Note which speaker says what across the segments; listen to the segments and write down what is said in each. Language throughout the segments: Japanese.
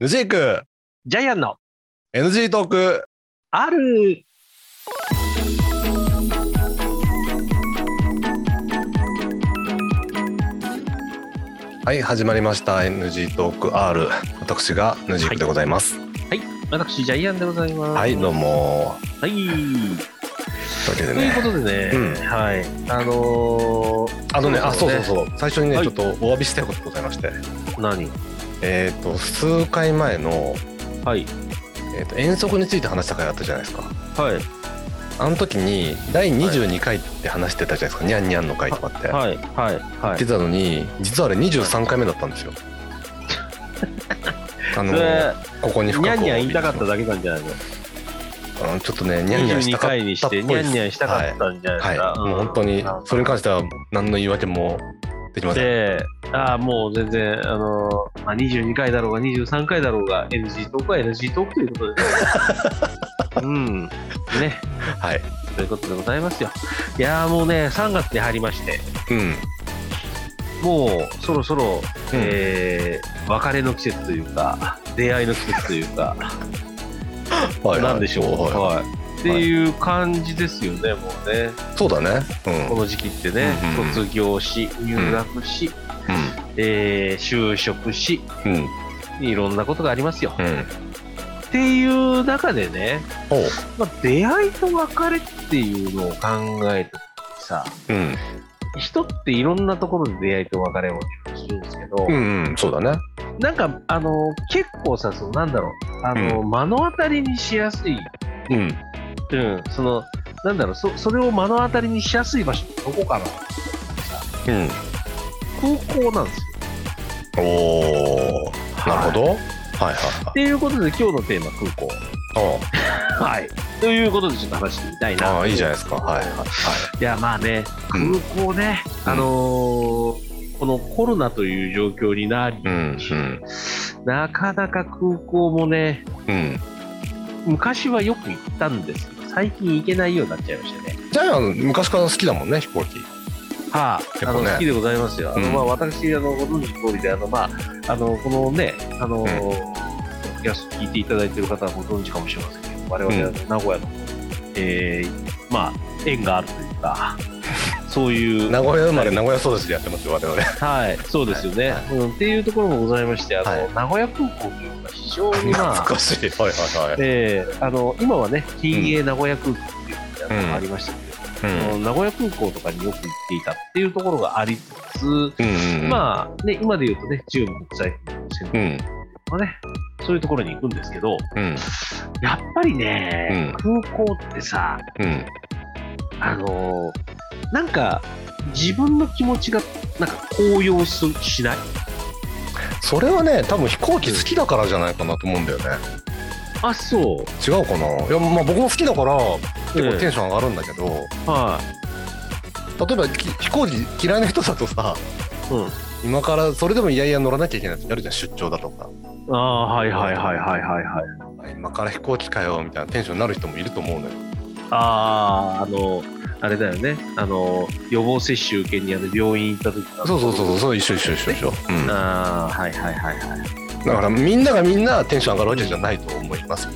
Speaker 1: ヌジーク
Speaker 2: ジャイアンの
Speaker 1: NG トーク
Speaker 2: ある
Speaker 1: はい始まりました NG トーク R 私がヌジークでございますは
Speaker 2: 私ジャイアンでございます。
Speaker 1: い、どうも
Speaker 2: はい。
Speaker 1: というわけで
Speaker 2: という
Speaker 1: ね
Speaker 2: ことでね、
Speaker 1: うん
Speaker 2: はい。あのー、
Speaker 1: あのねあ
Speaker 2: そ
Speaker 1: そうう
Speaker 2: そ
Speaker 1: そうう
Speaker 2: そ
Speaker 1: そう、最初にね、
Speaker 2: は
Speaker 1: ち
Speaker 2: い
Speaker 1: ょっとお詫びしたいことございまして
Speaker 2: 何
Speaker 1: えっ、と数回前の、
Speaker 2: はい。
Speaker 1: えー、と遠足について話した回あったじゃないですか
Speaker 2: はい。
Speaker 1: あの時に第22回って話してたじゃないですか、ニャンニャンの回とかって、
Speaker 2: はい。はい。
Speaker 1: 言
Speaker 2: は
Speaker 1: っ
Speaker 2: い
Speaker 1: て。たのに実はあれ23回目だったん ですよあ
Speaker 2: そ
Speaker 1: の
Speaker 2: れ、
Speaker 1: ここに
Speaker 2: ニ
Speaker 1: 深く
Speaker 2: ャンニャン言いたかっただけなんじゃないの
Speaker 1: うんちょっとね、ニャンニャンし
Speaker 2: 22
Speaker 1: たかったっぽい
Speaker 2: 回にして、ニャンニャンしたかっ
Speaker 1: は
Speaker 2: たんじゃ
Speaker 1: い、
Speaker 2: ないですか。
Speaker 1: はいもう本当に、それに関しては何の言い訳もできません。
Speaker 2: で、ああ、もう全然、あのーまあ、22回だろうが23回だろうが、NG トークは NG トークということ で、ね。うん。ね。
Speaker 1: はい。
Speaker 2: ということでございますよ。いやーもうね、3月に入りまして、
Speaker 1: うん。
Speaker 2: もうそろそろ、えー別れの季節というか、出会いの季節というか、
Speaker 1: はい
Speaker 2: なんでしょう、はい
Speaker 1: は
Speaker 2: っていう感じですよね、もうね、
Speaker 1: いそうだね。うん。
Speaker 2: この時期ってね、
Speaker 1: うんうんうん
Speaker 2: 卒業し、入学し、えー就職し、
Speaker 1: うん。うん。
Speaker 2: いろんなことがありますよ。
Speaker 1: うん。
Speaker 2: っていう中でね、
Speaker 1: おう。
Speaker 2: まあ、出会いと別れっていうのを考えた時さ、
Speaker 1: うん。
Speaker 2: 人っていろんなところで出会いと別れをするんですけど、
Speaker 1: うん、うん。そうだね。
Speaker 2: なんか、あの、結構さ、その、なんだろう、あの、目の当たりにしやすい、
Speaker 1: うん。
Speaker 2: うん、その、なんだろう、そ、それを目の当たりにしやすい場所ってどこかな
Speaker 1: うん。
Speaker 2: 空港なんですよ。
Speaker 1: おー。なるほ
Speaker 2: はい。
Speaker 1: ど。はいはい
Speaker 2: っていうことで、今日のテーマ、空港。
Speaker 1: はい。
Speaker 2: はい。ということで、ちょっと話してみたい
Speaker 1: うん。あ
Speaker 2: な。
Speaker 1: あ、いいじゃないですか。はいはいはい。
Speaker 2: いや、まあね、
Speaker 1: うん
Speaker 2: 空港ね、
Speaker 1: うん
Speaker 2: あのーこのコロナという状況になり、
Speaker 1: うん。
Speaker 2: なかなか空港もね、
Speaker 1: うん。うん。
Speaker 2: 昔はよく行ったんですけど、最近行けないようになっちゃいましたね。
Speaker 1: ジャイアン、昔から好きだもんね、飛行機。
Speaker 2: はあ、
Speaker 1: 結
Speaker 2: あ
Speaker 1: 構
Speaker 2: の
Speaker 1: ね
Speaker 2: 好きでございますよ。あの
Speaker 1: うん
Speaker 2: まあ、私、あのご存知の通りで、あのまあ、あのこのね、あの、いや聞いていただいている方はご存知かもしれませんけど、我々は、ね名古屋の、えーまあ、縁があるというか、そういう、
Speaker 1: 名古屋生まれ、名古屋育ちでやってますよ、我々。
Speaker 2: はい、そうですよね、
Speaker 1: はい
Speaker 2: うん。っていうところもございまして、あの
Speaker 1: はい
Speaker 2: 名古屋空港というのが非常に まあ
Speaker 1: 懐、かしい。はいはいはい。
Speaker 2: えーあの今はね、金営名古屋空港っていうの
Speaker 1: うん
Speaker 2: がありましたけど、
Speaker 1: うん
Speaker 2: その名古屋空港とかによく行っていたっていうところがありつつ、
Speaker 1: うんうん、あ、
Speaker 2: まあね、今で言うとね、中国国際空港センタ
Speaker 1: う
Speaker 2: ー
Speaker 1: ん
Speaker 2: とかね、そういうところに行くんですけど、
Speaker 1: うん
Speaker 2: やっぱりね、空港ってさ、
Speaker 1: うん、
Speaker 2: あのーなんか自分の気持ちがなんか高揚すしない
Speaker 1: それはね多分飛行機好きだからじゃないかなと思うんだよね
Speaker 2: あ、そう。
Speaker 1: 違うかないや、まあ、僕も好きだから結構テ
Speaker 2: え
Speaker 1: ンション上がるんだけど、
Speaker 2: えは
Speaker 1: 例えばき飛行機嫌いな人だとさ
Speaker 2: い。うん。
Speaker 1: 今からそれでもいやいや乗らなきゃいけない時あるじゃん出張だとか
Speaker 2: ああ、はいはいはいはいはいはい。
Speaker 1: 今から飛行機かよみたいなテンションになる人もいると思うのよ
Speaker 2: ああ、あの、あれだよね。あの、予防接種受けにあの病院行った時
Speaker 1: そうそうそうそう
Speaker 2: う。
Speaker 1: そう一緒一緒一緒一緒、うん、だ
Speaker 2: ああ、はいはいはいはい。
Speaker 1: からみんながみんなテンション上がるわけじゃないと思います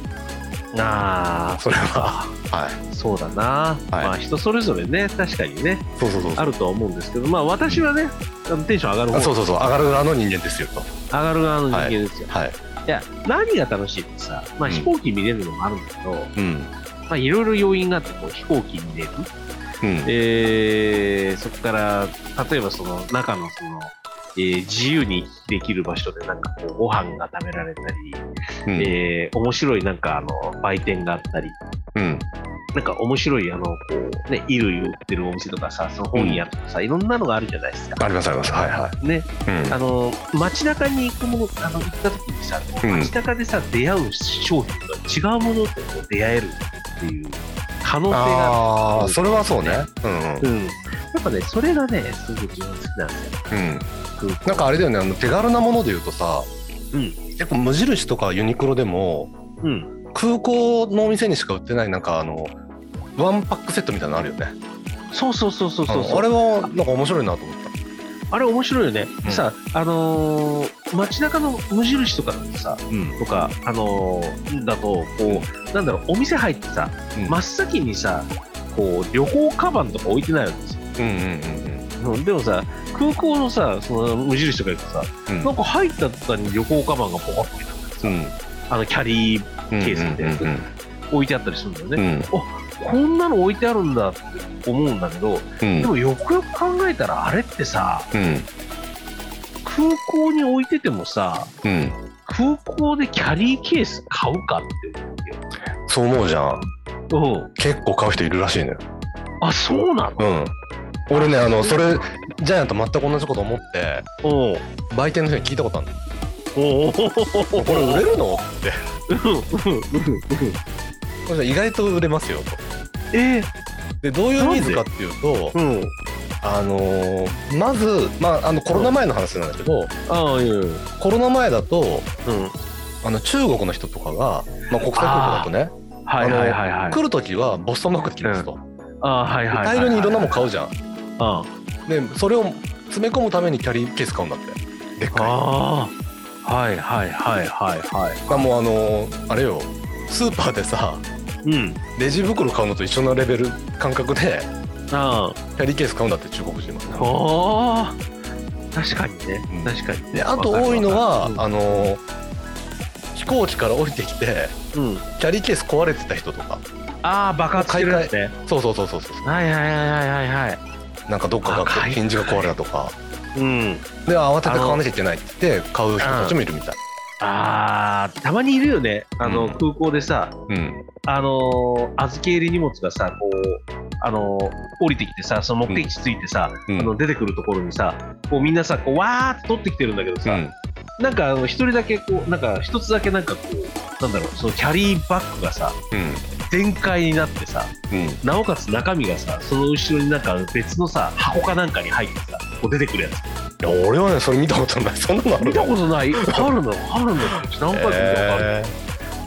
Speaker 2: ああ、
Speaker 1: それははい
Speaker 2: そうだな。まあ人それぞれね、確かにね、
Speaker 1: そうそうそう
Speaker 2: あるとは思うんですけど、まあ私はね、あのテンション上がる
Speaker 1: あ
Speaker 2: 方、
Speaker 1: そうそうそう上がる側の人間ですよと
Speaker 2: 上がる側の人間ですよ。
Speaker 1: はい
Speaker 2: い、や、何が楽しいってさ、まあ
Speaker 1: うん
Speaker 2: 飛行機見れるのもあるんだけど、
Speaker 1: うん
Speaker 2: まあいろいろ要因があって、こう飛行機見れる。
Speaker 1: うん
Speaker 2: えーそこから、例えばその中のその、えー自由にできる場所でなんかこうご飯が食べられたり、
Speaker 1: うん
Speaker 2: えー面白いなんかあの売店があったり、
Speaker 1: うん
Speaker 2: なんか面白いあのこうね、衣類売ってるお店とかさ、その本屋とかさ、いろんなのがあるじゃないですか。
Speaker 1: ありますありますはいはい
Speaker 2: ね、
Speaker 1: うん
Speaker 2: あの、街中に行くもの、あの、行った時にさ、こう
Speaker 1: うん
Speaker 2: 街中でさ、出会う商品とは違うものとこう出会えるっていう可能性がある。
Speaker 1: ああそれはそうねうんうん
Speaker 2: うん。やっぱね、それがね、すごく自分好きなんですよ。
Speaker 1: うんなんかあれだよねあの手軽なもので言うとさ、
Speaker 2: うん
Speaker 1: 結構無印とかユニクロでも
Speaker 2: うん、
Speaker 1: 空港のお店にしか売ってないなんかあのワンパックセットみたいなのあるよね
Speaker 2: そうそうそうそうそう
Speaker 1: あのあれはなんか面白いなと思っ
Speaker 2: あれ面白いよね、
Speaker 1: うん
Speaker 2: さあのー街中の無印とかだとさ、
Speaker 1: うん
Speaker 2: とか、あのーだと、こう、なんだろう、お店入ってさ、
Speaker 1: うん
Speaker 2: 真っ先にさ、こう、旅行カバンとか置いてないわけですよ。
Speaker 1: うんうんうん
Speaker 2: うんでもさ、空港のさ、その無印とか行くとさ、
Speaker 1: うん
Speaker 2: なんか入った途端に旅行カバンがポコッと置いてあったりさ、
Speaker 1: うん
Speaker 2: あの、キャリーケースみたいなやつ
Speaker 1: うんうん
Speaker 2: 置いてあったりするんだよね。
Speaker 1: うん
Speaker 2: こんなの置いてあるんだって思うんだけど、
Speaker 1: うん
Speaker 2: でもよくよく考えたら、あれってさ、
Speaker 1: うん
Speaker 2: 空港に置いててもさ、
Speaker 1: うん
Speaker 2: 空港でキャリーケース買うかって
Speaker 1: そう思うじゃん
Speaker 2: 思うよ。うん。
Speaker 1: 結構買う人いるらしいのよ
Speaker 2: あ、そうなの
Speaker 1: うん俺ねあのそれジャイアンと全く同じこと思って
Speaker 2: おう
Speaker 1: 売店の人に聞いたことある
Speaker 2: おう
Speaker 1: のこれ売れるのって
Speaker 2: うん
Speaker 1: そしたら意外と売れますよと
Speaker 2: え
Speaker 1: でどういうニーズかっていうと
Speaker 2: うん。
Speaker 1: あのーまず、まあ、あのコロナ前の話なんだけど、
Speaker 2: ああ、いやいやうん。
Speaker 1: コロナ前だとあの中国の人とかが、まあ、国際空港だとね
Speaker 2: はいはいはいはい。
Speaker 1: 来る時はボストンバッグで来ますと、
Speaker 2: ああ、はいはいはい。
Speaker 1: 大量にいろんなもん
Speaker 2: ん。
Speaker 1: 買うじゃん
Speaker 2: あ
Speaker 1: でそれを詰め込むためにキャリーケース買うんだってでっか
Speaker 2: あー。はいはいはいはいはい。
Speaker 1: いまあもうあのーあれよスーパーでさ
Speaker 2: うん。
Speaker 1: レジ袋買うのと一緒のレベル感覚で
Speaker 2: あ
Speaker 1: キャリーケース買うんだって中国人
Speaker 2: あ。
Speaker 1: は
Speaker 2: おあ。確かにね
Speaker 1: うん。
Speaker 2: 確かにね。
Speaker 1: であと多いのは、
Speaker 2: わか
Speaker 1: あのー飛行機から降りてきて
Speaker 2: るわかるうん。
Speaker 1: キャリーケース壊れてた人とか
Speaker 2: ああ、爆発してるやつね。
Speaker 1: そうそうそうそうそう
Speaker 2: はいはいはいはいはい。
Speaker 1: なんかどっかが
Speaker 2: あ買い
Speaker 1: 返事が壊れたとか
Speaker 2: うん。
Speaker 1: で慌てて買わなきゃいけないって言って買う人たちもいるみたい、
Speaker 2: ああ、たまにいるよね。あの、
Speaker 1: うん
Speaker 2: 空港でさ、
Speaker 1: うん、
Speaker 2: あのー預け入れ荷物がさ、こう、あのー降りてきてさ、その目的地ついてさ、
Speaker 1: うん
Speaker 2: あの出てくるところにさ、こうみんなさ、こうわーっと取ってきてるんだけどさ、なんかあの一人だけこう、なんか一つだけなんかこう、なんだろう、そのキャリーバッグがさ、
Speaker 1: うん
Speaker 2: 全開になってさ、なおかつ中身がさ、その後ろになんか別のさ、箱かなんかに入ってさ、こう出てくるやつ。
Speaker 1: いや俺はねそれ見たことないそんなのある
Speaker 2: 見たこと ないあるのあるの何回も見たことある。
Speaker 1: え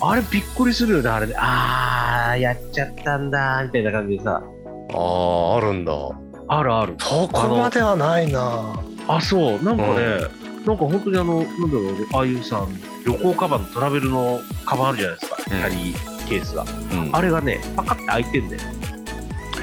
Speaker 2: あれびっくりするよね、あれね。あー、やっちゃったんだー、みたいな感じでさ、
Speaker 1: ー、あああるんだ
Speaker 2: あるある。
Speaker 1: そこまではないな
Speaker 2: あそうなんかね、
Speaker 1: うん
Speaker 2: なんか本当にあのなんだろうああいうさ旅行カバンのトラベルのカバンあるじゃないですか、キャリーケースが
Speaker 1: うん
Speaker 2: あれがねパカって開いてんだよ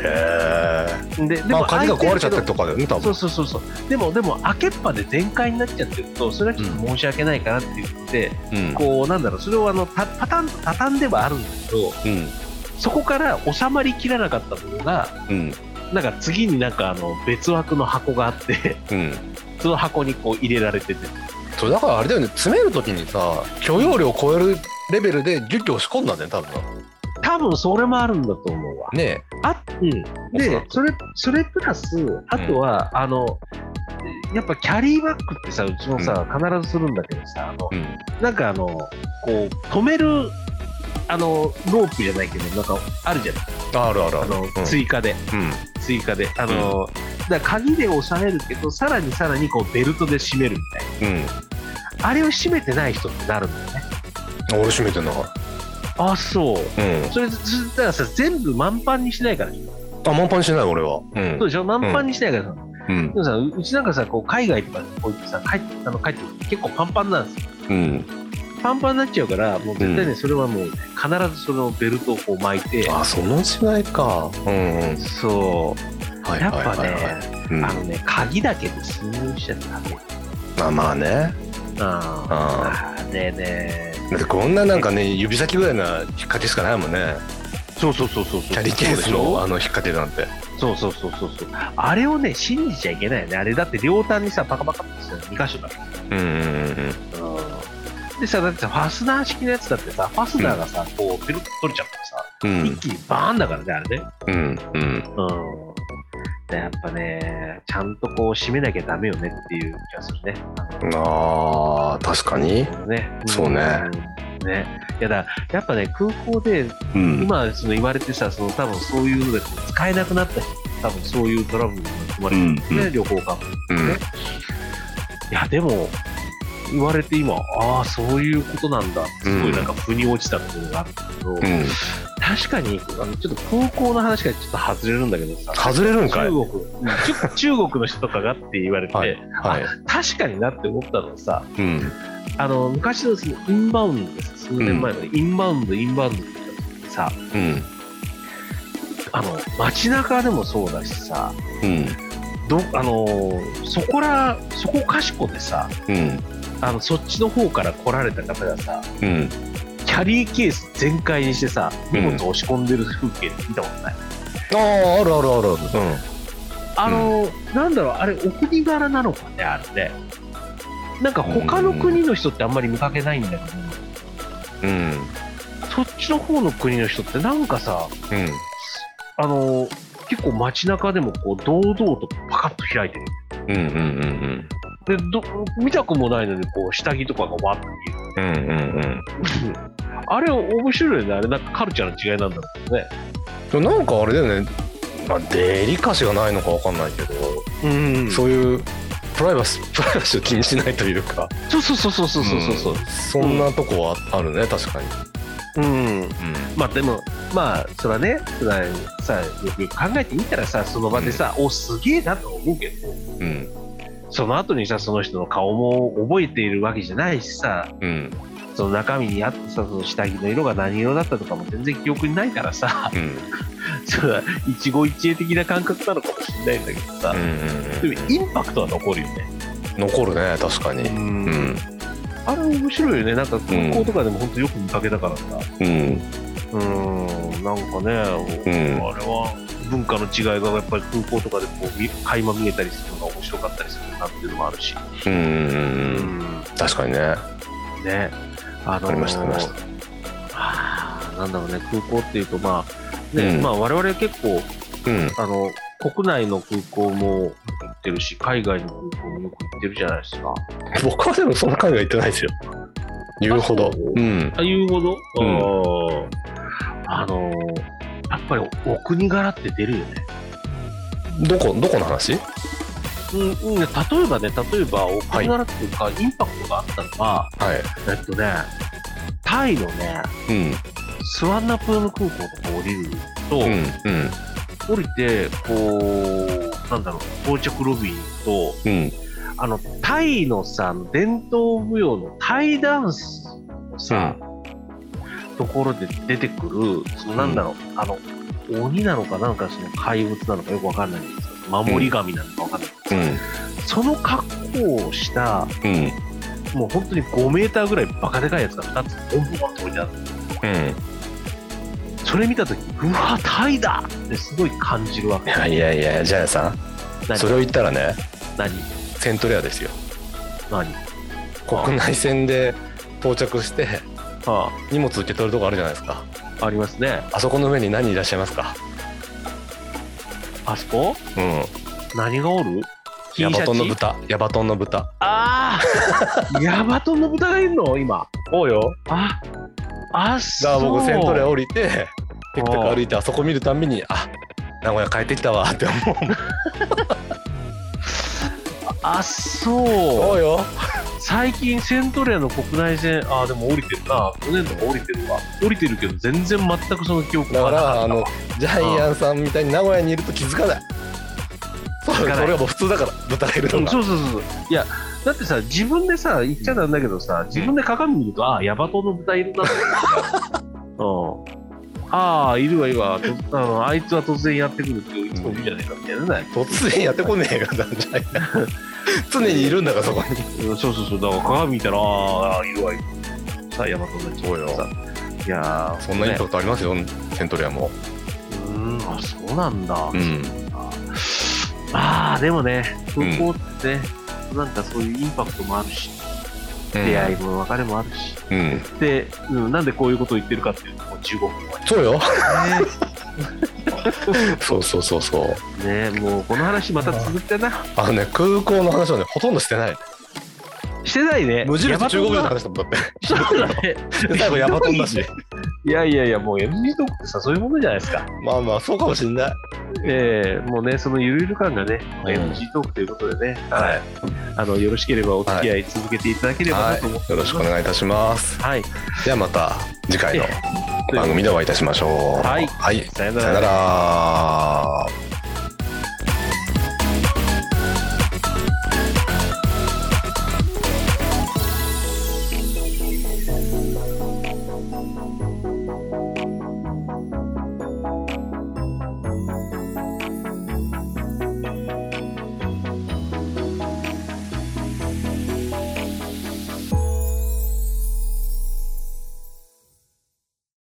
Speaker 1: へ
Speaker 2: でで
Speaker 1: えまあ鍵が壊れちゃったり
Speaker 2: 開いてるけど
Speaker 1: とかだよね多
Speaker 2: そ
Speaker 1: 分
Speaker 2: うそうそうそうでもでも開けっぱで全開になっちゃってるとそれはちょっと申し訳ないかなって言って、
Speaker 1: うん
Speaker 2: こうなんだろうそれをあのたパタンと畳んではあるんだけど
Speaker 1: うん
Speaker 2: そこから収まりきらなかったものが
Speaker 1: うん
Speaker 2: なんか次になんかあの別枠の箱があって
Speaker 1: う ん
Speaker 2: その箱にこう入れられてて
Speaker 1: それだからあれだよね詰めるときにさ許容量を超えるレベルでギュッギュ押し込んだんだよね多分
Speaker 2: 多分それもあるんだと思うわ
Speaker 1: ね
Speaker 2: あうん、
Speaker 1: おそら
Speaker 2: で
Speaker 1: く
Speaker 2: それそれプラス、あとは、あのやっぱキャリーバッグってさ、うちもさ、必ずするんだけどさ、あの
Speaker 1: えうん
Speaker 2: なんかあのこう止めるあのロープじゃないけど、なんかあるじゃない、
Speaker 1: あるあるあ
Speaker 2: あ
Speaker 1: る
Speaker 2: の
Speaker 1: うん
Speaker 2: 追加で、
Speaker 1: うん
Speaker 2: 追加で、あの、だから鍵で押さえるけど、さらにさらにこうベルトで締めるみたい
Speaker 1: うん
Speaker 2: な、あれを締めてない人ってなるんだよね。
Speaker 1: 俺閉めてんだか
Speaker 2: あそう
Speaker 1: らうん
Speaker 2: それそだからさ全部満帆にしないから、
Speaker 1: あ満帆にしない俺はう
Speaker 2: そうんでしょ満帆にしないからさ、
Speaker 1: うん
Speaker 2: でもさ、ううちなんかさ、こう海外とかこう行ってさ、帰ってあの帰ってくると結構パンパンなんですよ。
Speaker 1: うん
Speaker 2: パンパンになっちゃうから、もう絶対ね、それはもう、必ずそのベルトをこう巻いて、
Speaker 1: あその違いかうんうん
Speaker 2: そう、
Speaker 1: はい
Speaker 2: やっ
Speaker 1: はい
Speaker 2: ぱ
Speaker 1: はいはい
Speaker 2: ね、
Speaker 1: うん
Speaker 2: あのね、鍵だけで侵入しちゃダメ。
Speaker 1: まあまあね
Speaker 2: ああ。でね、
Speaker 1: だってこんななんかね指先ぐらいな引っ掛けしかないもんね
Speaker 2: そうそうそうそうそう。
Speaker 1: キャリーケースのあの引っ掛けなんて
Speaker 2: そうそうそうそうそう。あれをね、信じちゃいけないよね。あれだって両端にさ、パカパカってさ、2箇所だ
Speaker 1: うんうん
Speaker 2: でさ、だってさ、ファスナー式のやつだってさ、ファスナーがさ、こう、ベルト取れちゃったらさ、
Speaker 1: うん
Speaker 2: 一気にバーンだからね、あれね。
Speaker 1: うんうん
Speaker 2: うん。でやっぱね、ちゃんとこう締めなきゃダメよねっていう気がするね。
Speaker 1: あー確かに
Speaker 2: あのね
Speaker 1: そうね。
Speaker 2: うんね。いやだ、やっぱね、空港で、
Speaker 1: うん
Speaker 2: 今その言われてさ、その多分そういうのでこう使えなくなった人、多分そういうトラブルに巻き込まれてるんですね、
Speaker 1: うん
Speaker 2: 旅行かも。
Speaker 1: うん
Speaker 2: いや、でも、言われて今、ああ、そういうことなんだってすごいなんか腑に落ちたところがあるんだけど、
Speaker 1: うん。
Speaker 2: 確かに、あのちょっと空港の話がちょっと外れるんだけどさ、
Speaker 1: 外れるんかい
Speaker 2: 中。国、ちょ中国の人とかがって言われて、
Speaker 1: はい。はい。
Speaker 2: 確かになって思ったのはさ、
Speaker 1: うん。
Speaker 2: あの昔のそのインバウンドです、数年前のインバウンド、インバウンドって言った時にさ、
Speaker 1: うん。
Speaker 2: あの街中でもそうだしさ、
Speaker 1: うん。
Speaker 2: どあのーそこら、そこかしこでさ、
Speaker 1: うん。
Speaker 2: あのそっちの方から来られた方がさ、
Speaker 1: うん。
Speaker 2: キャリーケース全開にしてさ、
Speaker 1: うん
Speaker 2: 荷物押し込んでる風景見たことない。
Speaker 1: ああ、あるあるあるある。
Speaker 2: あのーなんだろう、あれ、お国柄なのかね、あれね。なんか他の国の人ってあんまり見かけないんだけど、
Speaker 1: うん。
Speaker 2: そっちの方の国の人ってなんかさ、
Speaker 1: うん。うん。
Speaker 2: あのー結構街中でもこう堂々とパカッと開いてる。
Speaker 1: うんうんうん
Speaker 2: でど見たくもないのにこう下着とかがわっと見える。
Speaker 1: うん。うんうんうん。
Speaker 2: あれ面白いよね。あれなんかカルチャーの違いなんだろうね。
Speaker 1: でもなんかあれだよね、まあ、デリカシーがないのかわかんないけど、
Speaker 2: うんそ
Speaker 1: そういうプライバシ ープライバシーを気にしないというか
Speaker 2: うそうそうそうそうそうそう。
Speaker 1: んそんなとこはあるね、確かに、
Speaker 2: うん。まあでも、まあ、それはね、それはさ、よくよく考えてみたらさ、その場でさ、お、すげえなと思うけど、
Speaker 1: うん
Speaker 2: その後にさ、その人の顔も覚えているわけじゃないしさ、
Speaker 1: うん
Speaker 2: その中身にあってさ、その下着の色が何色だったとかも全然記憶にないからさ、
Speaker 1: うん
Speaker 2: それは一期一会的な感覚なのかもしれないんだけどさ、
Speaker 1: うん
Speaker 2: でもインパクトは残るよね。
Speaker 1: 残るね確かにう
Speaker 2: うん
Speaker 1: ん
Speaker 2: あれ面白いよね。なんか空港とかでも本当よく見かけたからさ。
Speaker 1: うん
Speaker 2: うーん、なんかね、
Speaker 1: うん
Speaker 2: あれは文化の違いがやっぱり空港とかでこう見垣間見えたりするのが面白かったりするなっていうのもあるし、
Speaker 1: うん
Speaker 2: う
Speaker 1: うん
Speaker 2: ん、
Speaker 1: 確かにね
Speaker 2: ね、あのー
Speaker 1: ありましたありまし
Speaker 2: はあなんだろうね、空港っていうと、まあ、ね、
Speaker 1: うん
Speaker 2: まあ我々結構、
Speaker 1: うん
Speaker 2: あの、国内の空港もよく行ってるし、海外の空港もよく行ってるじゃないですか。
Speaker 1: 僕はでもそんな海外行ってないですよ言うほど
Speaker 2: あそう
Speaker 1: うん
Speaker 2: あ、いうほど、
Speaker 1: う
Speaker 2: あーあのーやっぱりお国柄って出るよね。
Speaker 1: どこどこの話
Speaker 2: うんうん、例えばね、例えば、お金柄っていうか、インパクトがあったのが、
Speaker 1: はい
Speaker 2: えっとね、タイのね、
Speaker 1: うん
Speaker 2: スワンナプーム空港とか降りると、
Speaker 1: うんうん
Speaker 2: 降りて、こう、なんだろう、到着ロビーに行く
Speaker 1: うん
Speaker 2: と、あの、タイのさ、伝統舞踊のタイダンスのさ、ところで出てくる、そのなんだろう、あの、鬼なのかなんかその怪物なのかよくわかんないんですけど、守り神なのかわかんない、
Speaker 1: うん
Speaker 2: その格好をした、
Speaker 1: うん
Speaker 2: もう本当に5メーターぐらいバカでかいやつが2つボンボンって置いてある
Speaker 1: うん
Speaker 2: それ見た時うわタイだってすごい感じるわ
Speaker 1: い
Speaker 2: け
Speaker 1: やいやいやジャイアンさん
Speaker 2: 何
Speaker 1: それを言ったらね
Speaker 2: 何
Speaker 1: セントレアですよ
Speaker 2: 何
Speaker 1: 国内線で到着して
Speaker 2: あ
Speaker 1: 荷物受け取るとこあるじゃないですか
Speaker 2: あありますね
Speaker 1: あそこの上に何いらっしゃいますか
Speaker 2: あそこ
Speaker 1: うん
Speaker 2: 何がおる
Speaker 1: ヤ
Speaker 2: T シ
Speaker 1: バ
Speaker 2: ャ
Speaker 1: トンの
Speaker 2: ツ
Speaker 1: 豚ヤバトンの豚
Speaker 2: ああヤバトンの豚がいるの今
Speaker 1: そうよ
Speaker 2: ああ
Speaker 1: だ
Speaker 2: そ
Speaker 1: から
Speaker 2: う
Speaker 1: 僕セントレア降りてテクテク
Speaker 2: ああ
Speaker 1: 歩いてあそこ見るたんびにあ名古屋帰ってきたわって思う
Speaker 2: あそう
Speaker 1: そうよ
Speaker 2: 最近セントレアの国内線ああでも降りてるな去年とか降りてるわ降りてるけど全然全くその記憶
Speaker 1: だか
Speaker 2: がな かった
Speaker 1: らあのジャイアンさんみたいに名古屋にいると気づかないそう
Speaker 2: 気づかない
Speaker 1: それはもう普通だから豚がいる
Speaker 2: う
Speaker 1: の
Speaker 2: ん
Speaker 1: が
Speaker 2: そうそうそうそういやだってさ自分でさ言っちゃなんだけどさ、自分で鏡見るとああヤバトの豚い るなって思ううんああいるわいるわとあのあいつは突然やってくるっていつもいるじゃないかみたいなね、
Speaker 1: 突然やってこねえよジャイアン常にいるんだからそこに
Speaker 2: うんそうそうそうだから鏡見たらああいるわいるわさあヤバトの豚
Speaker 1: そうよ
Speaker 2: さいやー
Speaker 1: そんなインパクトありますよセントレアも
Speaker 2: うーんあそうなんだ、
Speaker 1: うん
Speaker 2: ああでもね空港ってね、なんかそういうインパクトもあるし出会いも別れもあるし、
Speaker 1: うん
Speaker 2: で、うん、なんでこういうことを言ってるかっていうともう15分終わり
Speaker 1: そうよ
Speaker 2: ね
Speaker 1: そうそうそうそう
Speaker 2: ねえもうこの話また続きだな。
Speaker 1: あのね空港の話はねほとんどしてない
Speaker 2: してないね。
Speaker 1: 無印
Speaker 2: ヤ
Speaker 1: と
Speaker 2: バ
Speaker 1: 中
Speaker 2: トン
Speaker 1: 国人の
Speaker 2: が
Speaker 1: 話だもんだって
Speaker 2: そうだね。
Speaker 1: で最後ヤバトンだし
Speaker 2: いやいやいや、もう NG トークってさ、そういうものじゃないですか。
Speaker 1: まあまあそうかもしんない
Speaker 2: えーもうね、そのゆるゆる感がね、
Speaker 1: うん
Speaker 2: NG トークということでね、
Speaker 1: はい、
Speaker 2: あの、よろしければお付き合い続けていただければなと思っ
Speaker 1: はい、
Speaker 2: て
Speaker 1: よろ
Speaker 2: おりま
Speaker 1: し
Speaker 2: す
Speaker 1: くお。願いいたします。
Speaker 2: はい。
Speaker 1: ではまた次回の番組でお会いいたしましょう。
Speaker 2: はい
Speaker 1: はい、
Speaker 2: さよな
Speaker 1: さよ
Speaker 2: ら
Speaker 1: な。ら。
Speaker 3: 「